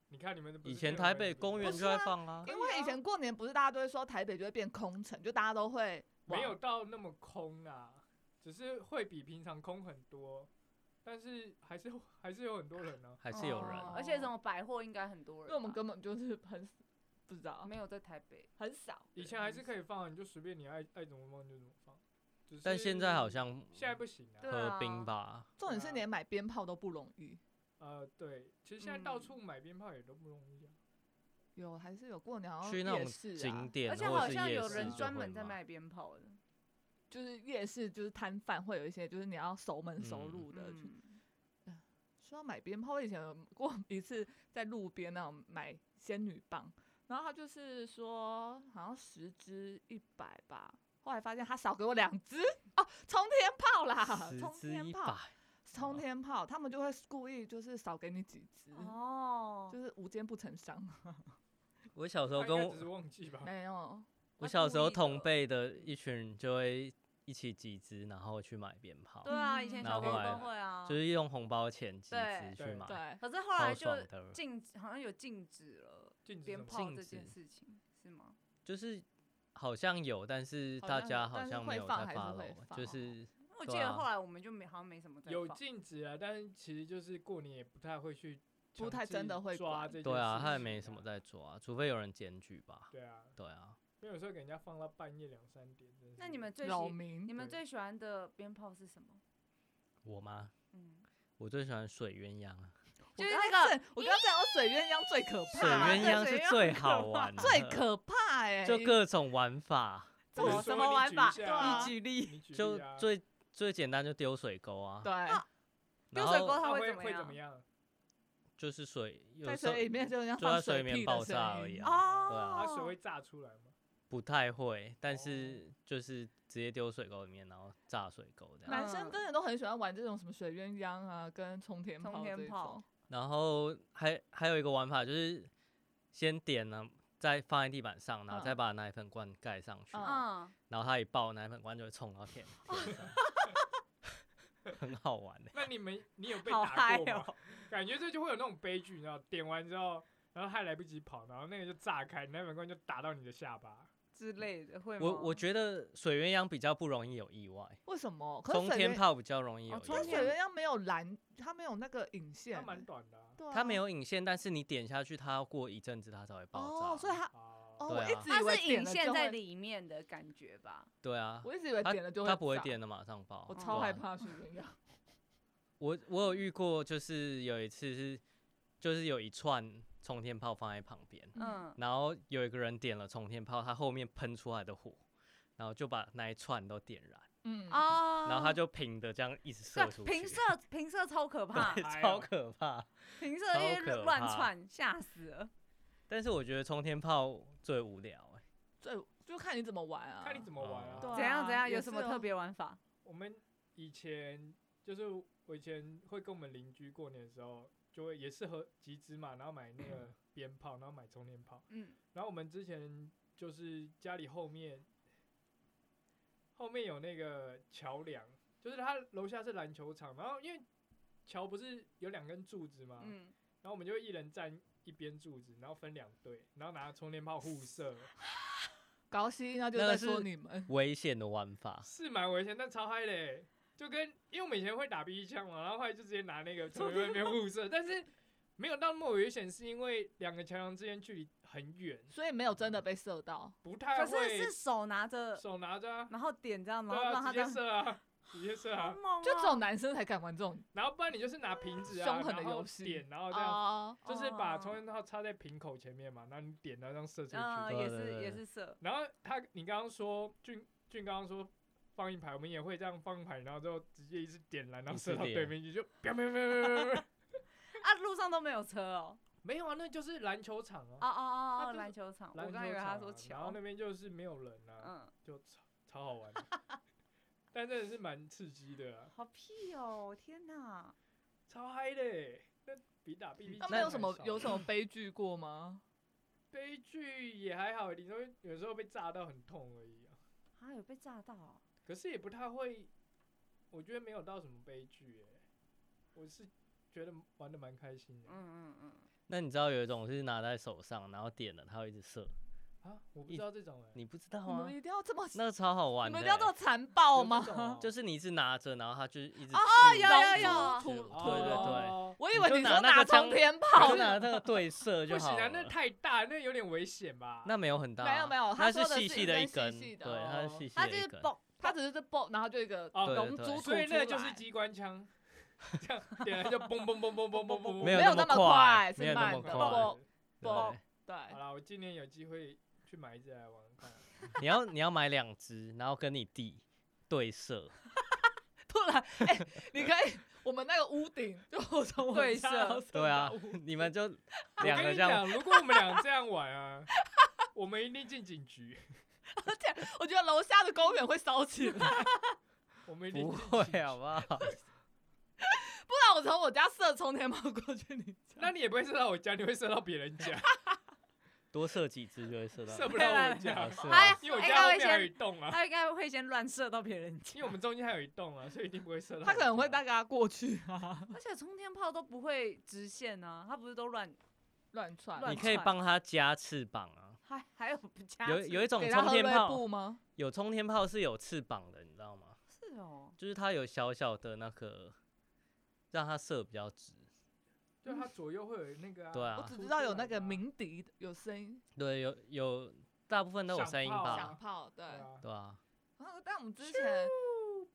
[SPEAKER 4] 你看你们的不
[SPEAKER 3] 以
[SPEAKER 4] 是
[SPEAKER 3] 前
[SPEAKER 4] 天龙
[SPEAKER 3] 台
[SPEAKER 4] 人
[SPEAKER 3] 北
[SPEAKER 4] 你不知道
[SPEAKER 3] 公园
[SPEAKER 1] 不
[SPEAKER 3] 就是在
[SPEAKER 1] 啊
[SPEAKER 3] 放啊
[SPEAKER 4] 可，
[SPEAKER 1] 因
[SPEAKER 4] 以
[SPEAKER 1] 为以
[SPEAKER 4] 啊
[SPEAKER 1] 前过年不是大家都会说台北就会变空城，就大家都会
[SPEAKER 4] 没
[SPEAKER 1] 往
[SPEAKER 4] 有到那么空啊，只是会比平常空很多，但是还是还是有很多人啊呢、
[SPEAKER 3] 还是有人。
[SPEAKER 1] 哦
[SPEAKER 5] 而且这种百货应该很多人吧，
[SPEAKER 1] 因为我们根本就是很不知道，
[SPEAKER 5] 没有在台北，
[SPEAKER 1] 很少。
[SPEAKER 4] 以前还是可以放，你就随便你爱爱怎么放就怎么放。只是
[SPEAKER 3] 但现在好像
[SPEAKER 4] 现在不行啊。
[SPEAKER 5] 对
[SPEAKER 3] 合
[SPEAKER 5] 啊
[SPEAKER 3] 并吧，
[SPEAKER 1] 重点是
[SPEAKER 4] 对啊
[SPEAKER 1] 连买鞭炮都不容易。
[SPEAKER 4] 呃，对，其实现在到
[SPEAKER 5] 嗯
[SPEAKER 4] 处买鞭炮也都不容易啊。
[SPEAKER 1] 有还是有过年好像
[SPEAKER 3] 去那
[SPEAKER 1] 夜
[SPEAKER 3] 种
[SPEAKER 1] 市
[SPEAKER 3] 景
[SPEAKER 1] 啊，
[SPEAKER 3] 点
[SPEAKER 5] 而且
[SPEAKER 3] 或
[SPEAKER 5] 好
[SPEAKER 3] 者是
[SPEAKER 5] 像
[SPEAKER 3] 夜
[SPEAKER 5] 有
[SPEAKER 3] 市
[SPEAKER 5] 人
[SPEAKER 3] 就
[SPEAKER 5] 专
[SPEAKER 3] 会
[SPEAKER 5] 门在
[SPEAKER 3] 嘛
[SPEAKER 5] 卖鞭炮的，
[SPEAKER 1] 就是夜市就是摊贩会有一些就是你要熟门熟
[SPEAKER 3] 嗯
[SPEAKER 1] 路的去
[SPEAKER 5] 嗯，
[SPEAKER 1] 说到买鞭炮，我以前有过一次在路边那种买仙女棒，然后他就是说好像十支一百吧，后来发现他少给我两支哦，冲天炮 *laughs* 啦，
[SPEAKER 3] 十
[SPEAKER 1] 冲
[SPEAKER 3] 之
[SPEAKER 1] 天
[SPEAKER 3] 一
[SPEAKER 1] 炮，
[SPEAKER 3] 百，
[SPEAKER 1] 冲天炮，他们就会故意就是少给你几支，
[SPEAKER 5] 哦
[SPEAKER 1] 就，是无奸不成
[SPEAKER 3] *laughs*
[SPEAKER 1] 商，
[SPEAKER 3] 我小时候
[SPEAKER 4] 他应
[SPEAKER 3] 跟
[SPEAKER 4] 该
[SPEAKER 3] 我
[SPEAKER 4] 只是忘记吧。
[SPEAKER 1] 没有。
[SPEAKER 3] 我小时候
[SPEAKER 5] 故意的
[SPEAKER 3] 同辈的一群人就会一起集资，然后去买鞭炮，
[SPEAKER 5] 对啊，以前
[SPEAKER 1] 嗯
[SPEAKER 5] 小
[SPEAKER 3] 然后
[SPEAKER 5] 朋友
[SPEAKER 3] 后来
[SPEAKER 5] 都会啊，
[SPEAKER 3] 就是用红包钱集
[SPEAKER 5] 对
[SPEAKER 3] 资去买，
[SPEAKER 1] 对，
[SPEAKER 5] 可是后
[SPEAKER 3] 超
[SPEAKER 5] 来就
[SPEAKER 3] 爽的。
[SPEAKER 5] 禁止，好像有禁止了
[SPEAKER 4] 禁止什
[SPEAKER 5] 鞭
[SPEAKER 4] 么
[SPEAKER 5] 炮
[SPEAKER 3] 禁
[SPEAKER 5] 这件
[SPEAKER 3] 止
[SPEAKER 5] 事情，是吗？
[SPEAKER 3] 就是好像有，但是
[SPEAKER 1] 好
[SPEAKER 3] 大
[SPEAKER 1] 像
[SPEAKER 3] 家
[SPEAKER 1] 有
[SPEAKER 3] 好
[SPEAKER 1] 但是
[SPEAKER 3] 像
[SPEAKER 1] 会
[SPEAKER 3] 没有
[SPEAKER 1] 放
[SPEAKER 3] 在
[SPEAKER 1] 还是
[SPEAKER 3] 发
[SPEAKER 1] 会
[SPEAKER 3] 了，
[SPEAKER 1] 放
[SPEAKER 3] 就
[SPEAKER 1] 哦
[SPEAKER 3] 是
[SPEAKER 5] 我
[SPEAKER 3] 对
[SPEAKER 5] 记得
[SPEAKER 3] 啊
[SPEAKER 5] 后来我们就没好像没什么在
[SPEAKER 4] 有
[SPEAKER 5] 放
[SPEAKER 4] 禁止啊，但是其实就是过年也不太会去，
[SPEAKER 1] 不太真的会
[SPEAKER 4] 抓
[SPEAKER 1] 管
[SPEAKER 4] 这件
[SPEAKER 3] 对啊，
[SPEAKER 4] 事
[SPEAKER 3] 他也
[SPEAKER 4] 情
[SPEAKER 3] 没什么。在抓，除非有人检举吧。
[SPEAKER 4] 对啊，
[SPEAKER 3] 对啊，
[SPEAKER 4] 因为有时候给人家放到半夜两三点，真的
[SPEAKER 5] 那
[SPEAKER 4] 是
[SPEAKER 5] 你们最
[SPEAKER 1] 扰
[SPEAKER 5] 喜
[SPEAKER 1] 民
[SPEAKER 5] 你们
[SPEAKER 4] 对
[SPEAKER 5] 最喜欢的鞭炮是什么？
[SPEAKER 3] 我吗？
[SPEAKER 5] 嗯，
[SPEAKER 3] 我最喜欢水鸳鸯啊，
[SPEAKER 5] 就是
[SPEAKER 1] 我
[SPEAKER 5] 那
[SPEAKER 1] 刚
[SPEAKER 5] 个
[SPEAKER 1] 正我刚刚讲到水鸳鸯最可
[SPEAKER 3] 水
[SPEAKER 1] 怕，
[SPEAKER 5] *laughs*
[SPEAKER 3] 鸳
[SPEAKER 5] 对啊
[SPEAKER 3] 鸯
[SPEAKER 5] 水
[SPEAKER 3] 是
[SPEAKER 5] 鸳鸯
[SPEAKER 3] 最
[SPEAKER 5] 很可
[SPEAKER 3] 好
[SPEAKER 5] 怕
[SPEAKER 3] 玩的，
[SPEAKER 1] 最可怕哎、
[SPEAKER 3] 就各种玩法，
[SPEAKER 4] 怎
[SPEAKER 5] 么怎么玩法
[SPEAKER 1] 对啊
[SPEAKER 2] 你举例，
[SPEAKER 4] 你举
[SPEAKER 3] 就
[SPEAKER 4] 例啊
[SPEAKER 3] 最最简单就丢水沟啊，
[SPEAKER 1] 对，
[SPEAKER 5] 丢
[SPEAKER 3] 然
[SPEAKER 5] 水沟
[SPEAKER 3] 后
[SPEAKER 5] 它
[SPEAKER 4] 那
[SPEAKER 5] 会
[SPEAKER 4] 会
[SPEAKER 5] 怎么
[SPEAKER 4] 怎
[SPEAKER 5] 样
[SPEAKER 4] 么？样？
[SPEAKER 3] 就是水，有
[SPEAKER 1] 在
[SPEAKER 3] 时候
[SPEAKER 1] 水里面就像
[SPEAKER 3] 就
[SPEAKER 1] 放
[SPEAKER 3] 在水里
[SPEAKER 1] 屁的
[SPEAKER 3] 面爆
[SPEAKER 1] 声
[SPEAKER 3] 炸而
[SPEAKER 1] 音
[SPEAKER 3] 已啊
[SPEAKER 5] 哦
[SPEAKER 3] 啊
[SPEAKER 4] 它水会炸出来吗？
[SPEAKER 3] 不太会，但
[SPEAKER 4] 哦
[SPEAKER 3] 是就是直接丢水沟里面，然后炸水沟这样。
[SPEAKER 1] 男生真的都很喜欢玩这种什么水鸳鸯啊，跟冲天
[SPEAKER 5] 冲
[SPEAKER 1] 炮
[SPEAKER 5] 天
[SPEAKER 1] 这一
[SPEAKER 5] 炮
[SPEAKER 1] 种。
[SPEAKER 3] 然后还还有一个玩法就是先点呢，再放在地板上，然后再
[SPEAKER 1] 嗯
[SPEAKER 3] 把奶粉罐盖上去，
[SPEAKER 1] 嗯
[SPEAKER 5] 嗯，
[SPEAKER 3] 然后它一爆，奶粉罐就会冲
[SPEAKER 1] *laughs*
[SPEAKER 3] 到天天上很好玩欸
[SPEAKER 4] 那你们你有被
[SPEAKER 5] 好
[SPEAKER 4] 打
[SPEAKER 5] 嗨
[SPEAKER 4] 过吗？
[SPEAKER 5] 哦！
[SPEAKER 4] *laughs* 感觉这就会有那种悲剧，你知道，点完之后，然后还来不及跑，然后那个就炸开，那门关就打到你的下巴。
[SPEAKER 5] 之类的会吗？
[SPEAKER 3] 我我觉得水鸳鸯比较不容易有意外，
[SPEAKER 1] 为什么？可
[SPEAKER 3] 冲
[SPEAKER 1] 是水
[SPEAKER 3] 天
[SPEAKER 1] 鸳
[SPEAKER 3] 炮比较容易有
[SPEAKER 5] 哦
[SPEAKER 3] 意
[SPEAKER 5] 冲
[SPEAKER 1] 但
[SPEAKER 5] 天
[SPEAKER 1] 水
[SPEAKER 3] 外。
[SPEAKER 1] 鸳鸯没有蓝，它没有那个引线
[SPEAKER 4] 它
[SPEAKER 1] 欸，
[SPEAKER 4] 蛮短的啊。
[SPEAKER 1] 对啊
[SPEAKER 3] 它没有引线，但是你点下去，它要过一阵子它才会爆炸。
[SPEAKER 1] 哦，所以它哦，
[SPEAKER 4] 哦，
[SPEAKER 1] 我
[SPEAKER 3] 对
[SPEAKER 1] 一
[SPEAKER 3] 啊
[SPEAKER 1] 直
[SPEAKER 5] 它
[SPEAKER 1] 以为
[SPEAKER 5] 是
[SPEAKER 1] 点
[SPEAKER 5] 引
[SPEAKER 1] 了
[SPEAKER 5] 线
[SPEAKER 1] 就
[SPEAKER 5] 在
[SPEAKER 1] 会，
[SPEAKER 5] 里面的感觉吧？
[SPEAKER 3] 对啊，
[SPEAKER 1] 我一直以为点了就
[SPEAKER 3] 它不会
[SPEAKER 1] 炸，
[SPEAKER 3] 点的马上爆。
[SPEAKER 1] 我
[SPEAKER 5] 嗯
[SPEAKER 1] 超
[SPEAKER 3] 对
[SPEAKER 1] 害
[SPEAKER 3] 啊
[SPEAKER 1] 怕水鸳鸯。
[SPEAKER 3] 我我有遇过，就是有一次是，就是有一串冲天炮放在旁边，
[SPEAKER 1] 嗯
[SPEAKER 5] 嗯，
[SPEAKER 3] 然后有一个人点了冲天炮，他后面喷出来的火，然后就把那一串都点燃，
[SPEAKER 1] 嗯，
[SPEAKER 5] 哦，
[SPEAKER 3] 然后他就平的这样一直射
[SPEAKER 5] 对啊
[SPEAKER 3] 出去，
[SPEAKER 5] 平射平射超可怕，
[SPEAKER 3] 对
[SPEAKER 4] 哎
[SPEAKER 3] 超
[SPEAKER 4] 呦
[SPEAKER 3] 可怕。
[SPEAKER 5] 平射因为
[SPEAKER 3] 超可
[SPEAKER 5] 乱
[SPEAKER 3] 怕
[SPEAKER 5] 窜，吓死了。
[SPEAKER 3] 但是我觉得冲天炮最无聊、欸，
[SPEAKER 1] 最就看你怎么玩啊，
[SPEAKER 4] 看你怎么玩啊。
[SPEAKER 1] 对啊
[SPEAKER 5] 怎样怎样？
[SPEAKER 1] 也
[SPEAKER 5] 有什么
[SPEAKER 1] 是
[SPEAKER 5] 特
[SPEAKER 1] 哦
[SPEAKER 5] 别玩法？
[SPEAKER 4] 我们以前就是我以前会跟我们邻居过年的时候，就会也是和集资嘛，然后买那个鞭炮，然后买冲天炮。
[SPEAKER 5] 嗯，
[SPEAKER 4] 然后我们之前就是家里后面后面有那个桥梁，就是它楼下是篮球场，然后因为桥不是有两根柱子嘛，
[SPEAKER 5] 嗯，
[SPEAKER 4] 然后我们就一人站一边柱子，然后分两队，然后拿冲天炮互射，
[SPEAKER 1] 高兴，那就
[SPEAKER 3] 那个
[SPEAKER 1] 在说
[SPEAKER 3] 是
[SPEAKER 1] 你们。
[SPEAKER 3] 危险的玩法。
[SPEAKER 4] 是蛮危险，但超嗨的欸。就跟因为我们以前会打 BB 枪嘛，然后后来就直接拿那个从那边互射，但是没有到那么危险，是因为两个桥梁之间距离很远，
[SPEAKER 1] 所以没有真的被射到，
[SPEAKER 4] 不太
[SPEAKER 5] 可是
[SPEAKER 4] 会
[SPEAKER 5] 是手拿着，
[SPEAKER 4] 手拿着、啊，
[SPEAKER 5] 然后点这样，然
[SPEAKER 4] 对
[SPEAKER 5] 后让
[SPEAKER 4] 啊，
[SPEAKER 5] 他这样，
[SPEAKER 4] 直接射啊，直接射
[SPEAKER 5] 好 *laughs*
[SPEAKER 4] 啊，
[SPEAKER 5] 猛
[SPEAKER 1] 就
[SPEAKER 5] 哦
[SPEAKER 1] 这种男生才敢玩这种
[SPEAKER 4] 然后不然你就是拿瓶子啊，
[SPEAKER 1] 凶狠的
[SPEAKER 4] 然后
[SPEAKER 1] 游戏
[SPEAKER 4] 点，然后这样。
[SPEAKER 1] 哦，
[SPEAKER 4] 就是把
[SPEAKER 5] 哦
[SPEAKER 4] 冲天炮插在瓶口前面嘛，然后你点，然后这样射出去。
[SPEAKER 5] 嗯，
[SPEAKER 3] 对
[SPEAKER 5] 也
[SPEAKER 3] 对
[SPEAKER 5] 是也
[SPEAKER 3] 对
[SPEAKER 5] 是射，
[SPEAKER 4] 然后他，你刚刚说俊俊刚刚说放一排，我们也会这样放一排，然后之后直接一直点燃，然后
[SPEAKER 3] 一次
[SPEAKER 4] 射到对
[SPEAKER 3] 点
[SPEAKER 4] 面去，就 *laughs* 啪啪啪啪啪啪啪。
[SPEAKER 5] 啊，路上都没有车哦，
[SPEAKER 4] 没有啊，那就是篮球场
[SPEAKER 5] 哦
[SPEAKER 4] 啊，
[SPEAKER 5] 哦
[SPEAKER 4] 它
[SPEAKER 5] 哦，
[SPEAKER 4] 就
[SPEAKER 5] 篮球场，
[SPEAKER 4] 篮
[SPEAKER 5] 我
[SPEAKER 4] 球
[SPEAKER 5] 刚
[SPEAKER 4] 场
[SPEAKER 5] 以为
[SPEAKER 4] 啊
[SPEAKER 5] 他说
[SPEAKER 4] 然后
[SPEAKER 5] 桥，
[SPEAKER 4] 那边就是没有人啊，
[SPEAKER 5] 嗯，
[SPEAKER 4] 就超超好
[SPEAKER 5] *laughs*
[SPEAKER 4] 玩的，但真的是蛮刺激的啊，
[SPEAKER 5] 好屁哦，天哪，
[SPEAKER 4] 超嗨的欸。比打 BB
[SPEAKER 1] 他
[SPEAKER 4] 机
[SPEAKER 1] 们有
[SPEAKER 4] 还
[SPEAKER 1] 什么
[SPEAKER 4] 少欸
[SPEAKER 1] 有什么悲剧过吗？
[SPEAKER 4] 悲剧也还好，顶多有时候被炸到很痛而已啊。
[SPEAKER 5] 啊，有被炸到哦、
[SPEAKER 4] 可是也不太会，我觉得没有到什么悲剧哎、我是觉得玩的蛮开心的、
[SPEAKER 5] 嗯嗯嗯，
[SPEAKER 3] 那你知道有一种是拿在手上，然后点了它会一直射，
[SPEAKER 4] 啊，我不
[SPEAKER 3] 一
[SPEAKER 4] 知道这种哎、
[SPEAKER 3] 你不知道
[SPEAKER 1] 你
[SPEAKER 3] 吗
[SPEAKER 1] 们？一定要这么，
[SPEAKER 3] 哦那个超好
[SPEAKER 1] 你
[SPEAKER 3] 玩的
[SPEAKER 1] 们一
[SPEAKER 3] 欸、
[SPEAKER 1] 定要这么残暴
[SPEAKER 4] 有这
[SPEAKER 1] 吗？
[SPEAKER 4] 种
[SPEAKER 3] *laughs*
[SPEAKER 4] 哦
[SPEAKER 3] 就是你一直拿着，然后它就是一直
[SPEAKER 1] 哦
[SPEAKER 3] 去
[SPEAKER 1] 有有
[SPEAKER 3] 往前
[SPEAKER 1] 有
[SPEAKER 3] 吐
[SPEAKER 1] 哦
[SPEAKER 3] 对对对，
[SPEAKER 1] 我以为
[SPEAKER 3] 你就
[SPEAKER 1] 你
[SPEAKER 3] 拿
[SPEAKER 1] 说
[SPEAKER 3] 那个枪
[SPEAKER 1] 冲天
[SPEAKER 3] 你
[SPEAKER 1] 炮
[SPEAKER 3] 就， *laughs* 拿那个对射就
[SPEAKER 4] 不行
[SPEAKER 3] 好
[SPEAKER 4] 啊，
[SPEAKER 3] 了。
[SPEAKER 4] 那太大，那有点危险吧？
[SPEAKER 3] 那没有很大啊，
[SPEAKER 1] 没有没有他
[SPEAKER 3] 它
[SPEAKER 1] 说的
[SPEAKER 3] 细
[SPEAKER 1] 是
[SPEAKER 3] 细
[SPEAKER 1] 一
[SPEAKER 3] 的
[SPEAKER 1] 根
[SPEAKER 3] 一
[SPEAKER 1] 细
[SPEAKER 3] 根，
[SPEAKER 1] 细
[SPEAKER 3] 对，
[SPEAKER 1] 的
[SPEAKER 3] 它
[SPEAKER 4] 哦
[SPEAKER 3] 是细细
[SPEAKER 5] 他
[SPEAKER 3] 的
[SPEAKER 5] 就
[SPEAKER 3] 一
[SPEAKER 5] 是
[SPEAKER 3] 根。
[SPEAKER 5] 蹦，
[SPEAKER 1] 它只是这爆，然后就一个
[SPEAKER 4] 哦
[SPEAKER 3] 对
[SPEAKER 1] 龙
[SPEAKER 3] 对
[SPEAKER 1] 珠吐出
[SPEAKER 4] 所以
[SPEAKER 1] 来，
[SPEAKER 4] 那个就是机关枪，
[SPEAKER 1] *laughs*
[SPEAKER 4] 这样点了就嘣嘣嘣嘣嘣嘣嘣，
[SPEAKER 3] 没
[SPEAKER 1] 有
[SPEAKER 3] 那
[SPEAKER 1] 那
[SPEAKER 3] 么
[SPEAKER 1] 么快，
[SPEAKER 3] 快
[SPEAKER 1] 是
[SPEAKER 3] 没有那
[SPEAKER 1] 慢
[SPEAKER 3] 么
[SPEAKER 1] 的，
[SPEAKER 3] 快
[SPEAKER 1] 爆
[SPEAKER 3] 对
[SPEAKER 1] 爆，对，
[SPEAKER 4] 好啦，我今年有机会去买一只来玩玩看。
[SPEAKER 3] 你要你要买两只，然后跟你弟对射，
[SPEAKER 1] *laughs* 突然，哎，你可以，我们那个屋顶就从我
[SPEAKER 5] 对
[SPEAKER 1] 家
[SPEAKER 5] 射
[SPEAKER 1] 到
[SPEAKER 3] 对啊
[SPEAKER 1] 圣诞屋，
[SPEAKER 3] 你们就
[SPEAKER 4] 我
[SPEAKER 3] *laughs* 两
[SPEAKER 4] 跟
[SPEAKER 3] 个
[SPEAKER 4] 你
[SPEAKER 3] 这样，
[SPEAKER 4] 讲，如果我们俩这样玩啊，我们一定进警局，
[SPEAKER 1] 我觉得楼下的公园会烧起来，不
[SPEAKER 4] 我们一定
[SPEAKER 3] 不
[SPEAKER 4] 进
[SPEAKER 3] 会啊
[SPEAKER 4] 警局
[SPEAKER 3] 好不好？ *laughs*
[SPEAKER 1] 然我从我家射冲天炮过去你家。
[SPEAKER 4] 那你也不会射到我家，你会射到别人
[SPEAKER 3] *laughs*
[SPEAKER 4] 家，
[SPEAKER 3] 多射几只就会射到
[SPEAKER 4] 射
[SPEAKER 3] 你。
[SPEAKER 4] 不到我
[SPEAKER 3] 好
[SPEAKER 4] 家，
[SPEAKER 3] 射
[SPEAKER 5] 哎
[SPEAKER 3] 啊
[SPEAKER 5] 呀
[SPEAKER 4] 因为我
[SPEAKER 5] 应
[SPEAKER 4] 家
[SPEAKER 5] 该
[SPEAKER 4] 后
[SPEAKER 5] 会
[SPEAKER 4] 面还有
[SPEAKER 5] 先
[SPEAKER 4] 一栋啊，
[SPEAKER 5] 他应该会先乱射到别人
[SPEAKER 4] 因为我们中间还有一栋啊，所以一定不会射到我家。
[SPEAKER 1] 他可能会带他过去啊，
[SPEAKER 5] 而且冲天炮都不会直线啊，它不是都乱，
[SPEAKER 1] *laughs* 乱窜。
[SPEAKER 5] 乱
[SPEAKER 3] 你可以
[SPEAKER 5] 窜
[SPEAKER 3] 帮他加翅膀啊。
[SPEAKER 5] 还还有不加
[SPEAKER 3] 有
[SPEAKER 5] 速
[SPEAKER 3] 有一种
[SPEAKER 1] 给他
[SPEAKER 3] 冲
[SPEAKER 1] 喝
[SPEAKER 3] 天
[SPEAKER 1] 锐
[SPEAKER 3] 炮
[SPEAKER 1] 步，吗？
[SPEAKER 3] 有冲天炮是有翅膀的，你知道吗？
[SPEAKER 5] 是哦，
[SPEAKER 3] 就是它有小小的那个，让它射比较直。
[SPEAKER 4] 对它左右会有那个
[SPEAKER 3] 对
[SPEAKER 1] 我
[SPEAKER 3] 啊，
[SPEAKER 1] 只
[SPEAKER 4] 突
[SPEAKER 1] 知道
[SPEAKER 4] 出
[SPEAKER 1] 有
[SPEAKER 4] 来
[SPEAKER 1] 那个
[SPEAKER 4] 吧
[SPEAKER 1] 鸣笛的有声音，
[SPEAKER 3] 对，有有大部分都有
[SPEAKER 4] 响
[SPEAKER 3] 声音
[SPEAKER 4] 炮啊
[SPEAKER 1] 响
[SPEAKER 3] 吧？
[SPEAKER 1] 炮，对。
[SPEAKER 4] 对啊，
[SPEAKER 3] 对啊，
[SPEAKER 1] 然后，但我们之前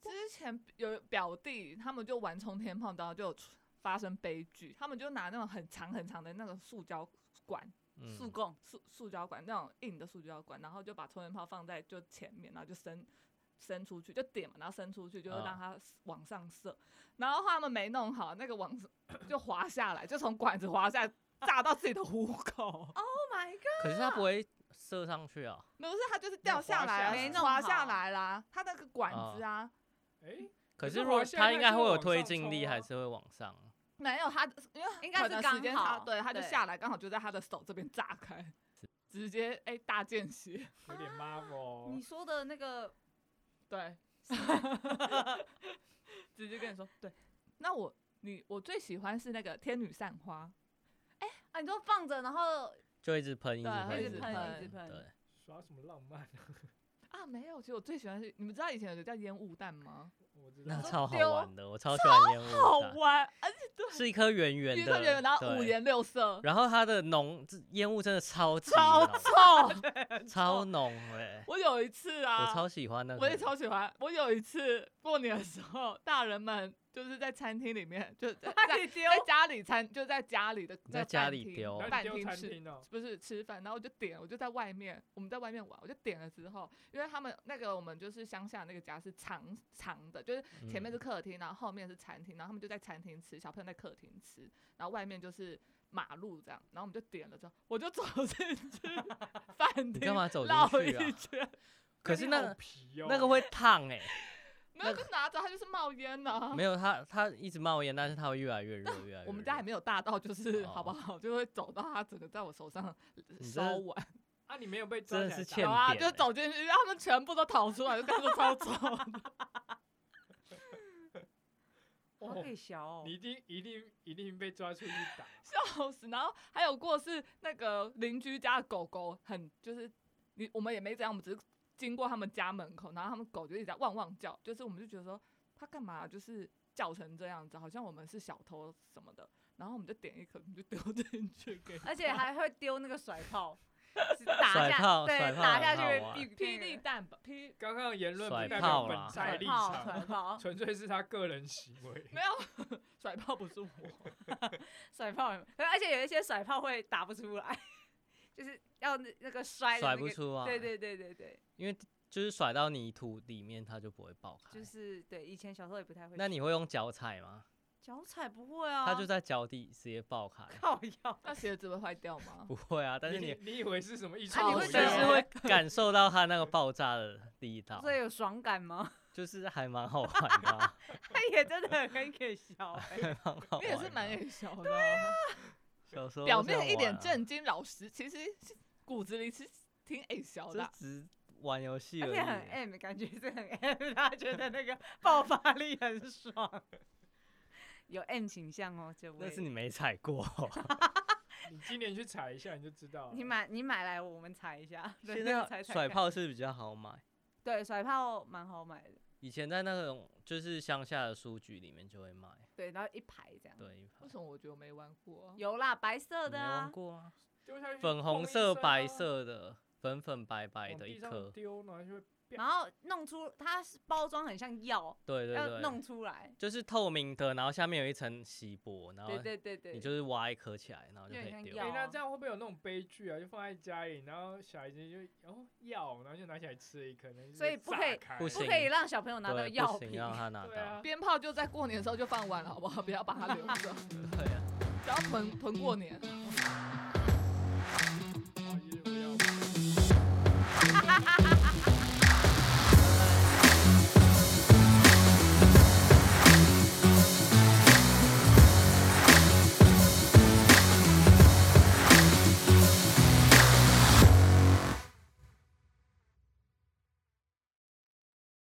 [SPEAKER 1] 之前有表弟，他们就玩冲天炮，然后就有出发生悲剧。他们就拿那种很长很长的那种塑胶管，
[SPEAKER 5] 速
[SPEAKER 3] 嗯，
[SPEAKER 5] 供
[SPEAKER 1] 塑塑胶管那种硬的塑胶管，然后就把冲天炮放在就前面，然后就伸伸出去，就点嘛，然后伸出去，就是
[SPEAKER 3] 啊
[SPEAKER 1] 让它往上射。然后他们没弄好，那个往上就滑下来，就从管子滑下来，炸到自己的虎口。
[SPEAKER 5] ，Oh my god，
[SPEAKER 3] 可是它不会射上去啊。
[SPEAKER 1] 没有，是它就是掉下
[SPEAKER 4] 滑下
[SPEAKER 1] 来，啊
[SPEAKER 4] 来没
[SPEAKER 5] 弄好
[SPEAKER 1] 滑下来啦。它那个管
[SPEAKER 3] 啊
[SPEAKER 1] 子啊，
[SPEAKER 4] 哎，
[SPEAKER 3] 可
[SPEAKER 4] 可
[SPEAKER 3] 是
[SPEAKER 4] 是
[SPEAKER 3] 如果
[SPEAKER 4] 滑下来
[SPEAKER 3] 它应该
[SPEAKER 4] 就
[SPEAKER 3] 会有
[SPEAKER 4] 往
[SPEAKER 3] 推
[SPEAKER 4] 上
[SPEAKER 3] 进力，
[SPEAKER 4] 冲
[SPEAKER 3] 还
[SPEAKER 4] 啊
[SPEAKER 3] 是会往上。
[SPEAKER 1] 没有它，因为
[SPEAKER 5] 应该
[SPEAKER 1] 可
[SPEAKER 5] 是
[SPEAKER 1] 能
[SPEAKER 5] 刚
[SPEAKER 1] 时间
[SPEAKER 5] 好
[SPEAKER 1] 差对，它就
[SPEAKER 5] 对
[SPEAKER 1] 下来，刚好就在他的手这边炸开，直接哎、大见血，
[SPEAKER 4] 有点 Marvel
[SPEAKER 5] 你
[SPEAKER 4] 哦。
[SPEAKER 5] 说的那个
[SPEAKER 1] 对， *laughs* 直接跟你说对。那我你我最喜欢是那个天女散花，
[SPEAKER 5] 啊，你说放着然后
[SPEAKER 3] 就一直喷，一直
[SPEAKER 1] 对啊
[SPEAKER 3] 喷，
[SPEAKER 1] 会
[SPEAKER 5] 一直喷一直喷
[SPEAKER 3] 对，
[SPEAKER 4] 耍什么浪漫啊？
[SPEAKER 1] 啊，没有，其实我最喜欢是你们知道以前有个叫烟雾弹吗？
[SPEAKER 4] 我知道
[SPEAKER 3] 那
[SPEAKER 1] 说
[SPEAKER 3] 超好
[SPEAKER 1] 丢
[SPEAKER 3] 玩的，我超喜欢烟
[SPEAKER 1] 好
[SPEAKER 3] 雾弹，
[SPEAKER 1] 玩，而且
[SPEAKER 3] 是一颗圆圆
[SPEAKER 1] 一
[SPEAKER 3] 的，
[SPEAKER 1] 个圆圆，然后五
[SPEAKER 3] 对，
[SPEAKER 1] 颜六色，
[SPEAKER 3] 然后它的浓这烟雾真的超级
[SPEAKER 1] 超
[SPEAKER 3] 浓
[SPEAKER 1] 臭。 *laughs*
[SPEAKER 3] 超浓哎，
[SPEAKER 1] 我有一次啊，
[SPEAKER 3] 我超喜欢那个，
[SPEAKER 1] 我也超喜欢。我有一次过年的时候，大人们就是在餐厅里面，就 *laughs* 在在
[SPEAKER 5] 丢
[SPEAKER 1] 在家里餐，就在家里的
[SPEAKER 3] 你在家里
[SPEAKER 1] 饭厅
[SPEAKER 3] 丢
[SPEAKER 4] 然后
[SPEAKER 1] 饭
[SPEAKER 4] 你丢
[SPEAKER 1] 厅
[SPEAKER 4] 餐
[SPEAKER 1] 吃。
[SPEAKER 4] 厅 *laughs* 哦，
[SPEAKER 1] 不是吃饭，然后我就点，我就在外面，我们在外面玩，我就点了之后，因为他们那个我们就是乡下那个家是长长的，就是前面
[SPEAKER 3] 嗯
[SPEAKER 1] 是客厅，然后后面是餐厅，然后他们就在餐厅吃，小朋友在客厅吃，然后外面就是马路这样，然后我们就点了之后，我就走进
[SPEAKER 3] *laughs*
[SPEAKER 1] 去饭厅，
[SPEAKER 3] 你干嘛走进
[SPEAKER 1] 绕
[SPEAKER 3] 去啊
[SPEAKER 1] 一圈，
[SPEAKER 3] 可是
[SPEAKER 4] 你
[SPEAKER 3] 那
[SPEAKER 4] 好
[SPEAKER 3] 个
[SPEAKER 4] 皮哦
[SPEAKER 1] *laughs*
[SPEAKER 3] 那个会烫哎，
[SPEAKER 1] 没有
[SPEAKER 3] 那
[SPEAKER 1] 就拿着，它就是冒烟呐、
[SPEAKER 3] 没有它它一直冒烟，但是它会越来越热，越来越热。
[SPEAKER 1] 我们家还没有大到，就是、 *laughs*
[SPEAKER 3] 哦
[SPEAKER 1] 好不好，就会走到它整个在我手上
[SPEAKER 3] 你这
[SPEAKER 1] 烧完，
[SPEAKER 4] 啊，你没有被抓
[SPEAKER 3] 真的
[SPEAKER 4] 起
[SPEAKER 3] 是欠
[SPEAKER 4] 来打哦
[SPEAKER 1] 有啊，
[SPEAKER 3] 扁
[SPEAKER 1] 就
[SPEAKER 3] 欸
[SPEAKER 1] 走进去，他们全部都逃出来，就跟着超走。
[SPEAKER 5] 好
[SPEAKER 4] 哦
[SPEAKER 5] 给小哦
[SPEAKER 4] 你，一定一定一定被抓出去打，
[SPEAKER 1] 笑死！然后还有过是那个邻居家的狗狗很就是你我们也没怎样，我们只是经过他们家门口，然后他们狗就一直在汪汪叫，就是我们就觉得说它干嘛啊就是叫成这样子，好像我们是小偷什么的。然后我们就点一颗，我们就丢进去 *laughs* 给它
[SPEAKER 5] 而且还会丢那个甩炮，是打
[SPEAKER 3] 甩
[SPEAKER 5] 下
[SPEAKER 3] 炮
[SPEAKER 5] 对
[SPEAKER 3] 甩炮
[SPEAKER 5] 打
[SPEAKER 3] 很
[SPEAKER 5] 下去
[SPEAKER 3] 好
[SPEAKER 5] 会
[SPEAKER 3] 玩
[SPEAKER 5] 避
[SPEAKER 1] 霹雳蛋吧，霹
[SPEAKER 4] *laughs* 刚刚的言论不
[SPEAKER 3] 甩
[SPEAKER 4] 代
[SPEAKER 3] 炮
[SPEAKER 4] 表
[SPEAKER 3] 啦
[SPEAKER 4] 本
[SPEAKER 5] 甩
[SPEAKER 4] 台立
[SPEAKER 5] 炮甩
[SPEAKER 4] 场，
[SPEAKER 5] 炮
[SPEAKER 4] *laughs* 纯粹是他个人行为。 *laughs*
[SPEAKER 1] 没有甩炮不是我，
[SPEAKER 5] 甩炮有，而且有一些甩炮会打不出
[SPEAKER 2] *laughs*
[SPEAKER 5] 来，就是要那那个摔的
[SPEAKER 3] 甩
[SPEAKER 5] 那
[SPEAKER 3] 不
[SPEAKER 5] 个，
[SPEAKER 3] 出哎啊，
[SPEAKER 5] 对，对对对对，
[SPEAKER 3] 因为就是甩到泥土里面，它就不会爆开
[SPEAKER 5] 就。是对以前小时候也不太会。
[SPEAKER 3] 那你会用脚踩吗？
[SPEAKER 5] 脚踩不会啊？
[SPEAKER 2] 哦
[SPEAKER 3] 它就在脚底直接爆开，
[SPEAKER 5] 靠腰，
[SPEAKER 3] *laughs*
[SPEAKER 1] 那鞋子会坏掉 *laughs* 吗？
[SPEAKER 3] 不会啊，但是
[SPEAKER 4] 你
[SPEAKER 3] 你
[SPEAKER 4] 你以为是什么艺术
[SPEAKER 5] 啊你
[SPEAKER 4] 活
[SPEAKER 5] 会
[SPEAKER 4] 动？
[SPEAKER 5] 觉
[SPEAKER 3] 但
[SPEAKER 5] 得
[SPEAKER 3] 是会感受到它那个爆炸的力道
[SPEAKER 5] 所。以有爽感吗？
[SPEAKER 3] 就是还蛮好玩的、啊，
[SPEAKER 2] *laughs* 他也真的很可
[SPEAKER 3] *laughs*
[SPEAKER 2] 笑欸。
[SPEAKER 3] 还蛮好玩、
[SPEAKER 1] 你也是蛮
[SPEAKER 3] 的啊
[SPEAKER 1] 给小的啊，
[SPEAKER 3] 小时候
[SPEAKER 1] 表
[SPEAKER 3] 都这样
[SPEAKER 1] 面一脸
[SPEAKER 3] 玩啊，
[SPEAKER 1] 正经老实，其实 *laughs* 是骨子里是挺给小的
[SPEAKER 3] 就
[SPEAKER 1] 啊。
[SPEAKER 3] 只玩游戏
[SPEAKER 2] 而
[SPEAKER 3] 而
[SPEAKER 2] 且很哎
[SPEAKER 3] 已。
[SPEAKER 2] M，感觉是很 M，他 *laughs* 觉得那个爆发力很爽， *laughs* 有 M 倾向哦，这位。
[SPEAKER 3] 那是你没踩过，
[SPEAKER 4] *laughs* 你今年去踩一下你就知道了。
[SPEAKER 2] 你买你买来我们踩一下，
[SPEAKER 3] *laughs* 现
[SPEAKER 2] 人肉踩
[SPEAKER 3] 在
[SPEAKER 2] 踩
[SPEAKER 3] 甩
[SPEAKER 2] 看
[SPEAKER 3] 炮是比较好买。
[SPEAKER 2] 对甩炮蛮好买的，
[SPEAKER 3] 以前在那种就是乡下的书局里面就会卖，
[SPEAKER 2] 对，然后一排这样。
[SPEAKER 3] 对，一排
[SPEAKER 1] 为
[SPEAKER 3] 你
[SPEAKER 1] 什么我觉得我没玩过啊？
[SPEAKER 2] 有啦，白色
[SPEAKER 3] 没
[SPEAKER 2] 的
[SPEAKER 3] 玩
[SPEAKER 2] 啊，
[SPEAKER 3] 过啊？
[SPEAKER 4] 丢下去
[SPEAKER 3] 粉
[SPEAKER 4] 砰
[SPEAKER 3] 红
[SPEAKER 4] 一
[SPEAKER 3] 色、
[SPEAKER 4] 声
[SPEAKER 3] 白
[SPEAKER 4] 啊，
[SPEAKER 3] 色的，粉粉白白
[SPEAKER 4] 往
[SPEAKER 3] 的
[SPEAKER 4] 地
[SPEAKER 3] 一
[SPEAKER 4] 上
[SPEAKER 3] 颗，
[SPEAKER 4] 丢，然后就会
[SPEAKER 2] 然后弄出它是包装很像药，
[SPEAKER 3] 对对
[SPEAKER 2] 要
[SPEAKER 3] 对，
[SPEAKER 2] 弄出来。
[SPEAKER 3] 就是透明的，然后下面有一层锡箔，然后
[SPEAKER 2] 对对对对，
[SPEAKER 3] 你就是挖一颗起来，然后就
[SPEAKER 2] 有
[SPEAKER 3] 可
[SPEAKER 2] 点像
[SPEAKER 3] 以丢
[SPEAKER 2] 药。
[SPEAKER 4] 哎、那
[SPEAKER 2] 啊
[SPEAKER 4] 这样会不会有那种悲剧啊？就放在家里，然后小孩子就哦要，然后就拿起来吃了一颗，然后就
[SPEAKER 2] 所以不可以
[SPEAKER 4] 炸开
[SPEAKER 3] 不
[SPEAKER 2] 不
[SPEAKER 3] 行
[SPEAKER 2] 可以让小朋友拿到
[SPEAKER 3] 对，
[SPEAKER 2] 药
[SPEAKER 3] 不
[SPEAKER 2] 品
[SPEAKER 3] 行，。让他拿
[SPEAKER 4] 对啊
[SPEAKER 3] 到。
[SPEAKER 1] 鞭 *laughs* 炮就在过年的时候就放完了，好不好？不要把它留着，
[SPEAKER 3] 对啊，
[SPEAKER 1] 不要囤囤过年。